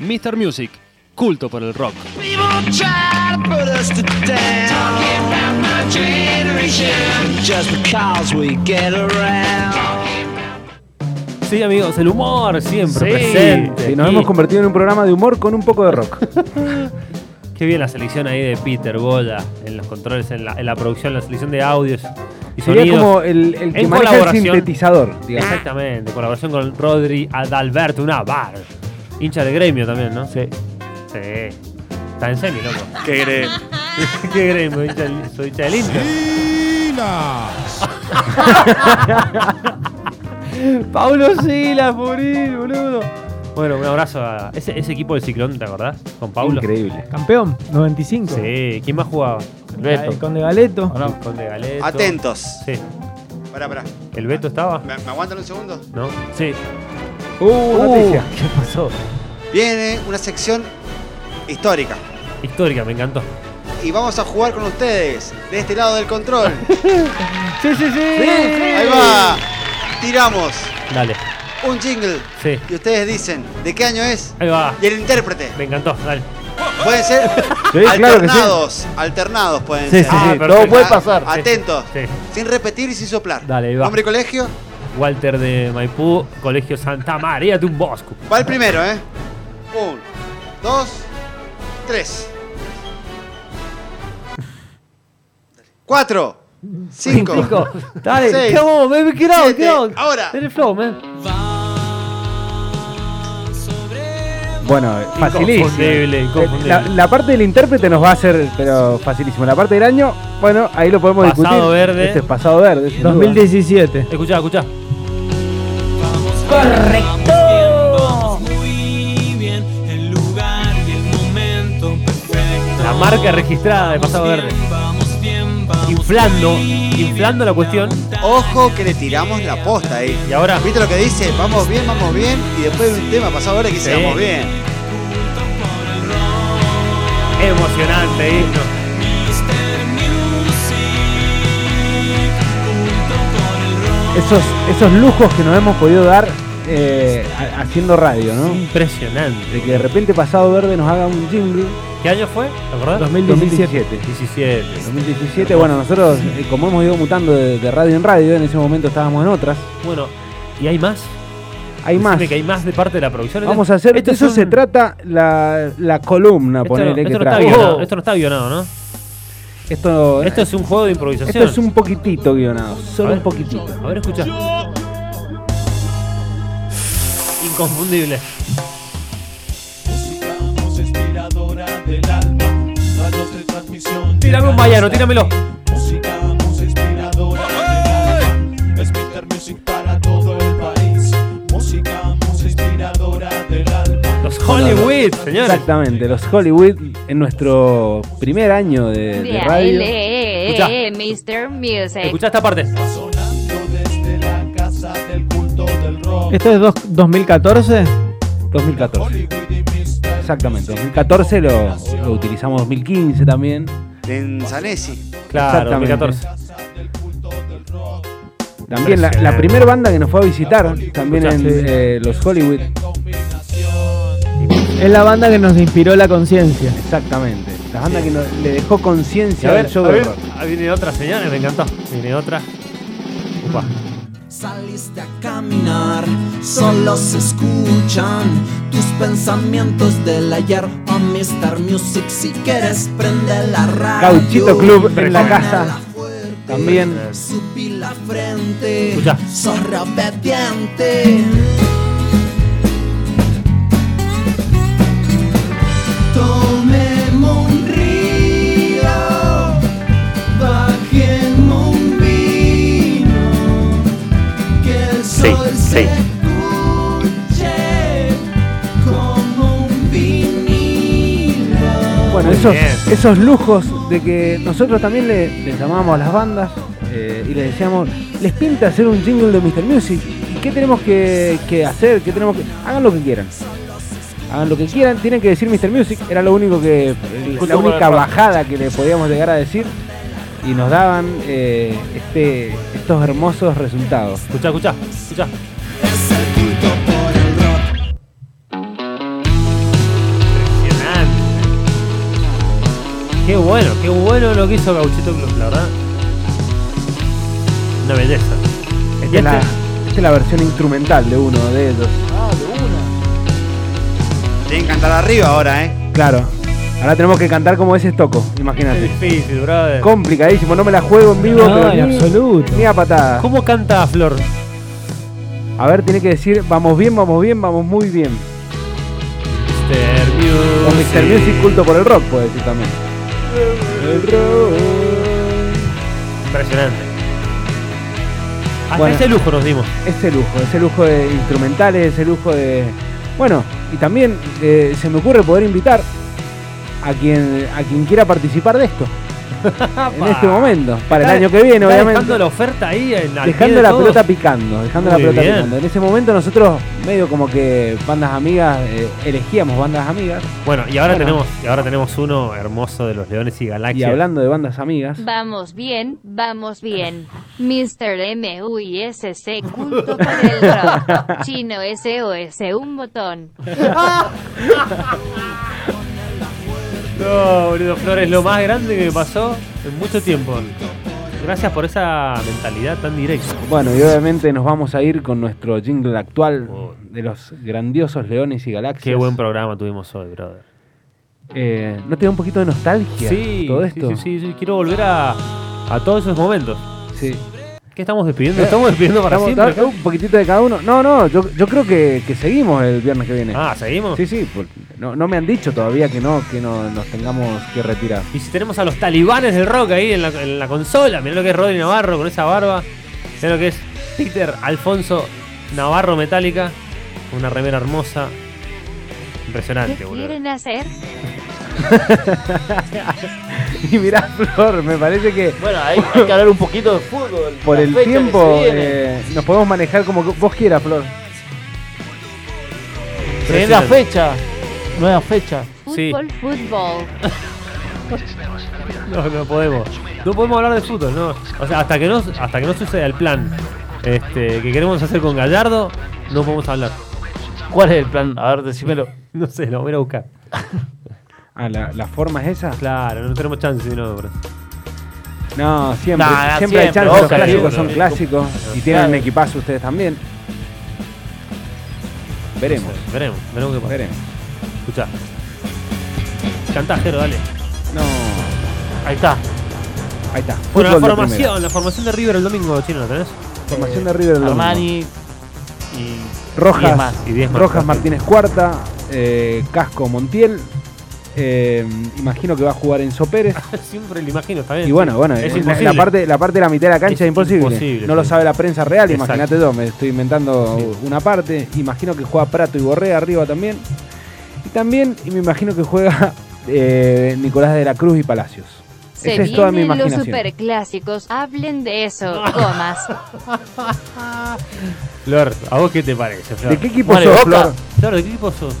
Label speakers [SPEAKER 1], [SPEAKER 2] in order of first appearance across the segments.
[SPEAKER 1] Mr. Music, culto por el rock.
[SPEAKER 2] People try to put us to down. Talking about my generation. Just because we get around.
[SPEAKER 3] Sí, amigos, el humor siempre
[SPEAKER 1] Sí.
[SPEAKER 3] presente.
[SPEAKER 4] Sí, nos
[SPEAKER 3] Y
[SPEAKER 4] hemos convertido en un programa de humor con un poco de rock.
[SPEAKER 3] Qué bien la selección ahí de Peter Goya en los controles, en la, en la producción, la selección de audios y
[SPEAKER 4] Sería
[SPEAKER 3] sonidos.
[SPEAKER 4] como el, el que
[SPEAKER 3] En
[SPEAKER 4] maneja el
[SPEAKER 3] colaboración. Ah.
[SPEAKER 4] sintetizador, digamos.
[SPEAKER 3] Exactamente, colaboración con Rodri Adalberto, una bar. Hincha de gremio también, ¿no? Sí. Sí. Está en semi, loco.
[SPEAKER 5] ¿Qué crees?
[SPEAKER 3] Qué gremio, hincha del- soy hincha del Inter. Pablo Silas, purín, boludo. Bueno, un abrazo a ese, ese equipo del Ciclón, ¿te acordás? Con Pablo.
[SPEAKER 4] Increíble.
[SPEAKER 6] Campeón, 95.
[SPEAKER 3] Sí, ¿quién más jugaba?
[SPEAKER 6] El Conde Galeto.
[SPEAKER 3] ¿O no? Con de Galeto.
[SPEAKER 5] Atentos.
[SPEAKER 3] Sí.
[SPEAKER 5] Pará, pará.
[SPEAKER 3] ¿El Beto estaba?
[SPEAKER 5] ¿Me, me aguantan un segundo?
[SPEAKER 3] ¿No? Sí.
[SPEAKER 4] Uh, noticia.
[SPEAKER 3] ¿Qué pasó?
[SPEAKER 5] Viene una sección histórica.
[SPEAKER 3] Histórica, me encantó.
[SPEAKER 5] Y vamos a jugar con ustedes, de este lado del control.
[SPEAKER 3] Sí, sí, sí.
[SPEAKER 5] Ahí va. Tiramos
[SPEAKER 3] Dale.
[SPEAKER 5] un jingle.
[SPEAKER 3] Sí.
[SPEAKER 5] Y ustedes dicen, ¿de qué año es?
[SPEAKER 3] Ahí va.
[SPEAKER 5] Y el intérprete.
[SPEAKER 3] Me encantó, dale.
[SPEAKER 5] Pueden ser
[SPEAKER 4] Sí, claro que sí.
[SPEAKER 5] alternados. Alternados pueden
[SPEAKER 4] Sí, sí,
[SPEAKER 5] ser.
[SPEAKER 3] Ah,
[SPEAKER 4] sí. Todo
[SPEAKER 3] perfecto.
[SPEAKER 4] puede pasar.
[SPEAKER 5] A- Atentos.
[SPEAKER 3] Sí.
[SPEAKER 5] Sin repetir y sin soplar.
[SPEAKER 3] Dale, ahí va.
[SPEAKER 5] Nombre y colegio.
[SPEAKER 3] Walter de Maipú, Colegio Santa María de un Bosco.
[SPEAKER 5] Va el primero, ¿eh? Un, dos, tres. Cuatro. Cinco.
[SPEAKER 3] Cinco. Ah. Dale,
[SPEAKER 5] Seis.
[SPEAKER 3] come on, baby, get out,
[SPEAKER 5] Siete.
[SPEAKER 3] get out.
[SPEAKER 5] Ahora.
[SPEAKER 3] Let it flow, man.
[SPEAKER 4] Bueno, facilísimo. Eh,
[SPEAKER 3] Inconfundible, inconfundible.
[SPEAKER 4] La, la parte del intérprete nos va a hacer, pero facilísimo. La parte del año, bueno, ahí lo podemos
[SPEAKER 3] Pasado
[SPEAKER 4] discutir.
[SPEAKER 3] verde.
[SPEAKER 4] Este es pasado verde. sin duda.
[SPEAKER 6] 2017.
[SPEAKER 3] Escuchá, escuchá. La marca registrada de Pasado Verde. Inflando, inflando la cuestión.
[SPEAKER 5] Ojo que le tiramos la posta ahí.
[SPEAKER 3] Y ahora,
[SPEAKER 5] ¿Viste lo que dice? Vamos bien, vamos bien. Y después de un tema pasado ahora que dice
[SPEAKER 3] Sí.
[SPEAKER 5] vamos bien.
[SPEAKER 3] emocionante himno.
[SPEAKER 4] Esos, esos lujos que nos hemos podido dar eh, ha- haciendo radio, ¿no?
[SPEAKER 3] Impresionante.
[SPEAKER 4] De que de repente pasado verde nos haga un jingle.
[SPEAKER 3] ¿Qué año fue? ¿Te acordás?
[SPEAKER 4] 2017.
[SPEAKER 3] 2017.
[SPEAKER 4] 2017, bueno, nosotros, eh, como hemos ido mutando de, de radio en radio, en ese momento estábamos en otras.
[SPEAKER 3] Bueno, ¿y hay más?
[SPEAKER 4] Hay
[SPEAKER 3] Decime
[SPEAKER 4] más.
[SPEAKER 3] que hay más de parte de la producción.
[SPEAKER 4] Vamos a hacer, de
[SPEAKER 3] Esto es
[SPEAKER 4] eso
[SPEAKER 3] un-
[SPEAKER 4] se trata la, la columna,
[SPEAKER 3] Esto, no,
[SPEAKER 4] ponele
[SPEAKER 3] esto
[SPEAKER 4] que
[SPEAKER 3] no está
[SPEAKER 4] trajo.
[SPEAKER 3] guionado, esto no está guionado, ¿no?
[SPEAKER 4] Esto,
[SPEAKER 3] Esto es un juego de
[SPEAKER 4] esto
[SPEAKER 3] improvisación.
[SPEAKER 4] es un poquitito guionado,
[SPEAKER 3] A
[SPEAKER 4] solo
[SPEAKER 3] ver.
[SPEAKER 4] un poquitito.
[SPEAKER 3] A ver, escucha. Inconfundible.
[SPEAKER 7] Musicamos inspiradora del alma, datos de transmisión.
[SPEAKER 3] Tírame un vallano, tíramelo.
[SPEAKER 7] Musicamos inspiradora del alma, es Peter Music para todo el país. Musicamos inspiradora del alma.
[SPEAKER 3] Los Hollywood, señores.
[SPEAKER 4] Exactamente, los Hollywood en nuestro primer año de, de
[SPEAKER 8] De E,
[SPEAKER 4] radio.
[SPEAKER 8] ALE, Mr. eh, Music.
[SPEAKER 3] Escucha esta parte.
[SPEAKER 7] Va sonando desde la casa del culto del rock.
[SPEAKER 6] Esto es dos- 2014.
[SPEAKER 4] 2014.
[SPEAKER 7] Hollywood y Mr.
[SPEAKER 4] Exactamente, 2014 lo, lo utilizamos 2015 también.
[SPEAKER 5] En Zanesi.
[SPEAKER 3] Claro,
[SPEAKER 4] Exactamente.
[SPEAKER 3] 2014.
[SPEAKER 4] También la, la primera banda que nos fue a visitar, también en
[SPEAKER 3] Escuchá, sí.
[SPEAKER 4] eh, los Hollywood.
[SPEAKER 6] Es la banda que nos inspiró la conciencia.
[SPEAKER 4] Exactamente, la banda que nos- le dejó conciencia
[SPEAKER 3] A
[SPEAKER 4] del
[SPEAKER 3] ver,
[SPEAKER 4] show
[SPEAKER 3] a
[SPEAKER 4] del
[SPEAKER 3] ver,
[SPEAKER 4] rock.
[SPEAKER 3] ahí viene otra, señores, me encantó. Viene otra. Upa.
[SPEAKER 9] Saliste a caminar, solo se escuchan tus pensamientos del ayer. O Mr. Music, si quieres, prende la radio.
[SPEAKER 4] Gauchito Club en la
[SPEAKER 3] Recontra.
[SPEAKER 4] casa. También.
[SPEAKER 9] Supí la frente,
[SPEAKER 3] Escuchá.
[SPEAKER 9] sos re obediente. Tomemos un río, bajemos un vino, que el sol se escuche como un vinilo.
[SPEAKER 4] Bueno,
[SPEAKER 3] Muy
[SPEAKER 4] esos,
[SPEAKER 3] bien.
[SPEAKER 4] esos lujos de que nosotros también le, les llamábamos a las bandas eh, y les decíamos, les pinta hacer un jingle de Mr. Music. ¿Y qué tenemos que, que hacer? ¿Qué tenemos que... Hagan lo que quieran. Hagan lo que quieran, tienen que decir Mr. Music. Era lo único que.
[SPEAKER 3] Justo
[SPEAKER 4] la
[SPEAKER 3] por
[SPEAKER 4] única
[SPEAKER 3] el rock.
[SPEAKER 4] bajada que le podíamos llegar a decir. Y nos daban eh, este, estos hermosos resultados.
[SPEAKER 3] Escucha, escucha, escucha.
[SPEAKER 9] Es el culto por el rock.
[SPEAKER 3] Qué bueno, qué bueno lo que hizo Gauchito Club, la verdad. Una belleza. este
[SPEAKER 4] Esta es, la, esta es la versión instrumental de uno de ellos.
[SPEAKER 5] Tienen que cantar arriba ahora, ¿eh?
[SPEAKER 4] Claro. Ahora tenemos que cantar como ese estoco, imagínate.
[SPEAKER 3] Es difícil, brother. ¿Cómo,
[SPEAKER 4] Complicadísimo, no me la juego en vivo,
[SPEAKER 6] No,
[SPEAKER 4] pero
[SPEAKER 6] en
[SPEAKER 4] ni-
[SPEAKER 6] absoluto.
[SPEAKER 4] ni a patada.
[SPEAKER 3] canta Flor?
[SPEAKER 4] A ver, tiene que decir, vamos bien, vamos bien, vamos muy bien.
[SPEAKER 3] Mr. Music.
[SPEAKER 4] O Mr. Music culto por el rock, puede decir también.
[SPEAKER 3] Impresionante. Hasta
[SPEAKER 4] Bueno.
[SPEAKER 3] ese lujo nos dimos.
[SPEAKER 4] Ese lujo, ese lujo de instrumentales, ese lujo de... Bueno, y también eh, se me ocurre poder invitar a quien, a quien quiera participar de esto. en este momento, para el año que viene,
[SPEAKER 3] Está
[SPEAKER 4] obviamente.
[SPEAKER 3] Dejando la oferta ahí en al pie
[SPEAKER 4] dejando
[SPEAKER 3] de
[SPEAKER 4] la
[SPEAKER 3] todos.
[SPEAKER 4] pelota picando, dejando la
[SPEAKER 3] Muy
[SPEAKER 4] pelota
[SPEAKER 3] bien.
[SPEAKER 4] picando. En ese momento nosotros medio como que bandas amigas, eh, elegíamos bandas amigas.
[SPEAKER 3] Bueno, y ahora
[SPEAKER 4] Bueno.
[SPEAKER 3] tenemos, y ahora tenemos uno hermoso de los Leones y
[SPEAKER 4] Y
[SPEAKER 3] Galaxia.
[SPEAKER 4] hablando de bandas amigas,
[SPEAKER 8] Vamos bien, vamos bien. Mr. M.U.I.S.C. Culto por el rock. Chino S.O.S. Un botón.
[SPEAKER 3] No, boludo, Flor, es lo más grande que me pasó en mucho tiempo. Gracias por esa mentalidad tan directa.
[SPEAKER 4] bueno, y obviamente nos vamos a ir con nuestro jingle actual
[SPEAKER 3] Oh.
[SPEAKER 4] de los grandiosos Leones y Galaxias.
[SPEAKER 3] Qué buen programa tuvimos hoy, brother.
[SPEAKER 4] Eh, ¿No te da un poquito de nostalgia todo esto?
[SPEAKER 3] Sí, sí, sí, quiero volver a, a todos esos momentos.
[SPEAKER 4] Sí.
[SPEAKER 3] ¿Qué estamos despidiendo? Estamos despidiendo para
[SPEAKER 4] Estamos-
[SPEAKER 3] siempre.
[SPEAKER 4] un poquitito de cada uno. No, no, yo, yo creo que, que seguimos el viernes que viene.
[SPEAKER 3] Ah, ¿seguimos?
[SPEAKER 4] Sí, sí, por- no, no me han dicho todavía que no, que no nos tengamos que retirar.
[SPEAKER 3] Y si tenemos a los talibanes del rock ahí en la, en la consola, mirá lo que es Rodri Navarro con esa barba, mirá lo que es Peter Alfonso Navarro Metálica, una remera hermosa,
[SPEAKER 8] ¿Qué
[SPEAKER 3] impresionante, boludo.
[SPEAKER 8] quieren hacer?
[SPEAKER 4] Y mirá, Flor, me parece que
[SPEAKER 10] Bueno, hay, hay que hablar un poquito de fútbol.
[SPEAKER 4] por
[SPEAKER 10] la
[SPEAKER 4] el
[SPEAKER 10] fecha que
[SPEAKER 4] tiempo
[SPEAKER 10] se viene.
[SPEAKER 4] eh, nos podemos manejar como que vos quieras, Flor.
[SPEAKER 10] Se viene la fecha. Nueva fecha.
[SPEAKER 3] Sí.
[SPEAKER 8] Fútbol, fútbol.
[SPEAKER 3] No, no podemos. No podemos hablar de fútbol, no. O sea, hasta que no, hasta que no suceda el plan este, que queremos hacer con Gallardo, no podemos hablar.
[SPEAKER 10] ¿Cuál es el plan? A ver, decímelo.
[SPEAKER 3] No sé, lo voy a ir a buscar.
[SPEAKER 4] Ah, la, la forma es esa.
[SPEAKER 3] Claro, no tenemos chance de no, bro.
[SPEAKER 4] No, siempre,
[SPEAKER 10] Nah, nah,
[SPEAKER 4] siempre
[SPEAKER 10] siempre,
[SPEAKER 4] hay chance, los
[SPEAKER 10] ojalá,
[SPEAKER 4] clásicos son
[SPEAKER 10] siempre.
[SPEAKER 4] clásicos y tienen
[SPEAKER 10] Claro.
[SPEAKER 4] un equipazo ustedes también. Veremos,
[SPEAKER 3] Veremos, veremos qué pasa.
[SPEAKER 4] veremos.
[SPEAKER 3] Escuchá. Cantajero, dale.
[SPEAKER 4] No,
[SPEAKER 10] Ahí está.
[SPEAKER 4] ahí está.
[SPEAKER 3] Bueno, la
[SPEAKER 4] fútbol de primera.
[SPEAKER 3] formación, la formación de River el domingo, chino, ¿la tenés?
[SPEAKER 4] Formación de River del domingo.
[SPEAKER 10] Armani y
[SPEAKER 4] Rojas,
[SPEAKER 10] diez más,
[SPEAKER 3] y diez más.
[SPEAKER 4] Rojas Martínez Cuarta, eh, Casco Montiel. eh, imagino que va a jugar Enzo Pérez.
[SPEAKER 3] Siempre lo imagino, está bien.
[SPEAKER 4] Y bueno, bueno,
[SPEAKER 3] es
[SPEAKER 4] eh, la,
[SPEAKER 3] imposible.
[SPEAKER 4] la parte, la parte de la mitad de la cancha es,
[SPEAKER 3] Es
[SPEAKER 4] imposible.
[SPEAKER 3] imposible,
[SPEAKER 4] no lo
[SPEAKER 3] sí.
[SPEAKER 4] sabe la prensa real,
[SPEAKER 3] Exacto.
[SPEAKER 4] imagínate dos, me estoy inventando
[SPEAKER 3] Sí.
[SPEAKER 4] una parte. Imagino que juega Prato y Borré arriba también. Y también y me imagino que juega eh, Nicolás de la Cruz y Palacios.
[SPEAKER 8] Se
[SPEAKER 4] Esa es toda mi
[SPEAKER 8] vienen los
[SPEAKER 4] imaginación.
[SPEAKER 8] superclásicos. Hablen de eso, comas.
[SPEAKER 3] Flor, ¿a vos qué te parece, Flor?
[SPEAKER 4] ¿De qué equipo
[SPEAKER 10] Vale,
[SPEAKER 4] sos,
[SPEAKER 10] Boca.
[SPEAKER 4] Flor?
[SPEAKER 3] Flor, ¿de qué equipo sos?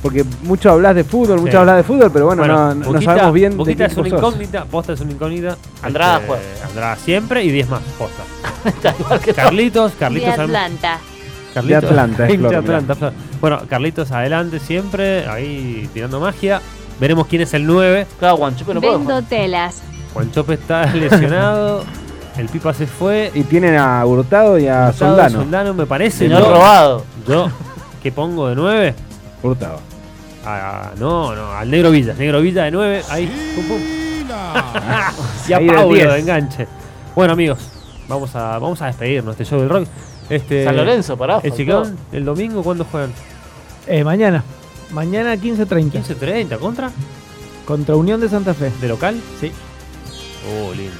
[SPEAKER 4] Porque mucho hablas de fútbol, mucho hablas de fútbol, pero bueno, no, no
[SPEAKER 3] Boquita-
[SPEAKER 4] sabemos bien de qué
[SPEAKER 3] Boquita es
[SPEAKER 4] equipo
[SPEAKER 3] una
[SPEAKER 4] sos.
[SPEAKER 3] incógnita, Posta es una incógnita.
[SPEAKER 10] Andrada
[SPEAKER 3] este,
[SPEAKER 10] juega.
[SPEAKER 3] Andrada siempre y 10 más, Posta. Carlitos,
[SPEAKER 8] De
[SPEAKER 3] Carlitos, sabemos-
[SPEAKER 8] Atlanta.
[SPEAKER 3] Carlitos.
[SPEAKER 4] De Atlanta, es
[SPEAKER 3] Hincha
[SPEAKER 4] Flor,
[SPEAKER 3] Atlanta, Flor. Bueno, Carlitos adelante siempre, ahí tirando magia. Veremos quién es el 9.
[SPEAKER 10] Claro, Guanchope no puede
[SPEAKER 8] Vendo telas.
[SPEAKER 3] Juan Chope está lesionado. el Pipa se fue.
[SPEAKER 4] Y tienen a Hurtado y a
[SPEAKER 3] Hurtado,
[SPEAKER 4] Soldano.
[SPEAKER 3] Soldano me parece.
[SPEAKER 10] Señor
[SPEAKER 3] yo-
[SPEAKER 10] robado.
[SPEAKER 3] Yo, ¿qué pongo de 9?
[SPEAKER 4] Hurtado.
[SPEAKER 3] Ah, no, no, al Negro Villa. Negro Villa de 9, ahí. Pum, pum. y a
[SPEAKER 4] Ahí de
[SPEAKER 3] Paulo
[SPEAKER 4] 10.
[SPEAKER 3] de enganche. Bueno, amigos, vamos a, vamos a despedirnos de este show del rock. Este,
[SPEAKER 10] San Lorenzo, pará.
[SPEAKER 3] El
[SPEAKER 10] faltó.
[SPEAKER 3] Chicón, el domingo, ¿cuándo juegan?
[SPEAKER 6] Eh, mañana. Mañana 15.30.
[SPEAKER 3] 15.30, ¿contra?
[SPEAKER 6] Contra Unión de Santa Fe.
[SPEAKER 3] ¿De local?
[SPEAKER 6] Sí.
[SPEAKER 3] Oh, lindo.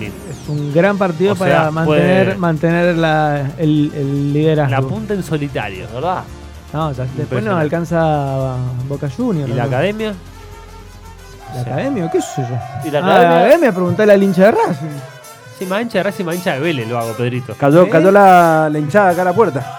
[SPEAKER 3] lindo.
[SPEAKER 6] Es un gran partido
[SPEAKER 3] O
[SPEAKER 6] para
[SPEAKER 3] sea,
[SPEAKER 6] mantener,
[SPEAKER 3] puede-
[SPEAKER 6] mantener la, el, el
[SPEAKER 3] La
[SPEAKER 6] liderazgo.
[SPEAKER 3] punta en solitario.
[SPEAKER 10] De ¿Verdad?
[SPEAKER 6] No, ya- después
[SPEAKER 3] Impresionante.
[SPEAKER 6] nos alcanza Boca Junior.
[SPEAKER 3] ¿Y la
[SPEAKER 6] ¿no?
[SPEAKER 3] academia?
[SPEAKER 6] ¿La academia? ¿Qué sé yo?
[SPEAKER 10] ¿Y la
[SPEAKER 6] Ah,
[SPEAKER 10] academia?
[SPEAKER 6] Preguntale al hincha de Racing.
[SPEAKER 3] Sí, mancha de Racing, mancha de Vélez lo hago, Pedrito.
[SPEAKER 4] Cayó,
[SPEAKER 6] ¿Eh?
[SPEAKER 4] cayó la, la hinchada acá a la puerta.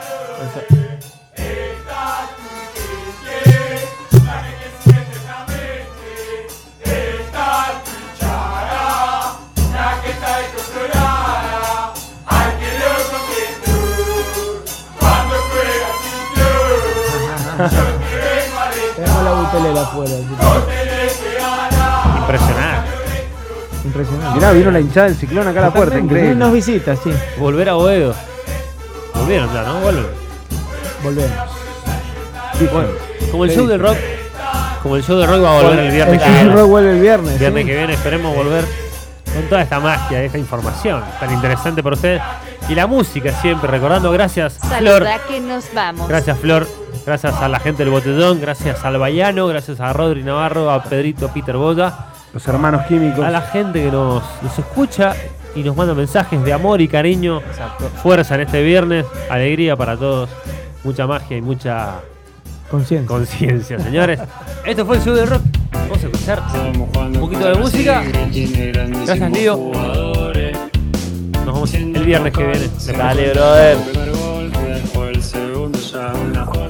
[SPEAKER 6] Tenemos la butelera afuera. así que-
[SPEAKER 3] Impresionante.
[SPEAKER 6] Impresionante.
[SPEAKER 4] Mirá, vino la hinchada del ciclón acá a la puerta,
[SPEAKER 6] Totalmente,
[SPEAKER 4] increíble.
[SPEAKER 6] Nos visita, sí.
[SPEAKER 3] Volver a Boedo. Volvieron ya, ¿no? Vuelven.
[SPEAKER 6] Volvemos.
[SPEAKER 3] Bueno, como el
[SPEAKER 6] Sí.
[SPEAKER 3] show del rock. Como el show del rock va a volver el viernes que
[SPEAKER 6] El Kiss
[SPEAKER 3] viene.
[SPEAKER 6] Rock vuelve el viernes.
[SPEAKER 3] viernes
[SPEAKER 6] sí.
[SPEAKER 3] que viene esperemos volver con toda esta magia, esta información tan interesante para ustedes. Y la música siempre, recordando, gracias Flor.
[SPEAKER 8] Saluda que nos vamos.
[SPEAKER 3] Gracias Flor, gracias a la gente del Botellón, gracias al Bayano, gracias a Rodri Navarro, a Pedrito Peter Boya,
[SPEAKER 4] Los hermanos químicos.
[SPEAKER 3] a la gente que nos, nos escucha y nos manda mensajes de amor y cariño.
[SPEAKER 10] Exacto.
[SPEAKER 3] Fuerza en este viernes, alegría para todos, mucha magia y mucha
[SPEAKER 6] Conciencia.
[SPEAKER 3] conciencia, señores. Esto fue el show del rock. Vamos a escuchar un poquito de música. Gracias, Lío. Nos vemos el viernes que viene.
[SPEAKER 10] Dale, brother.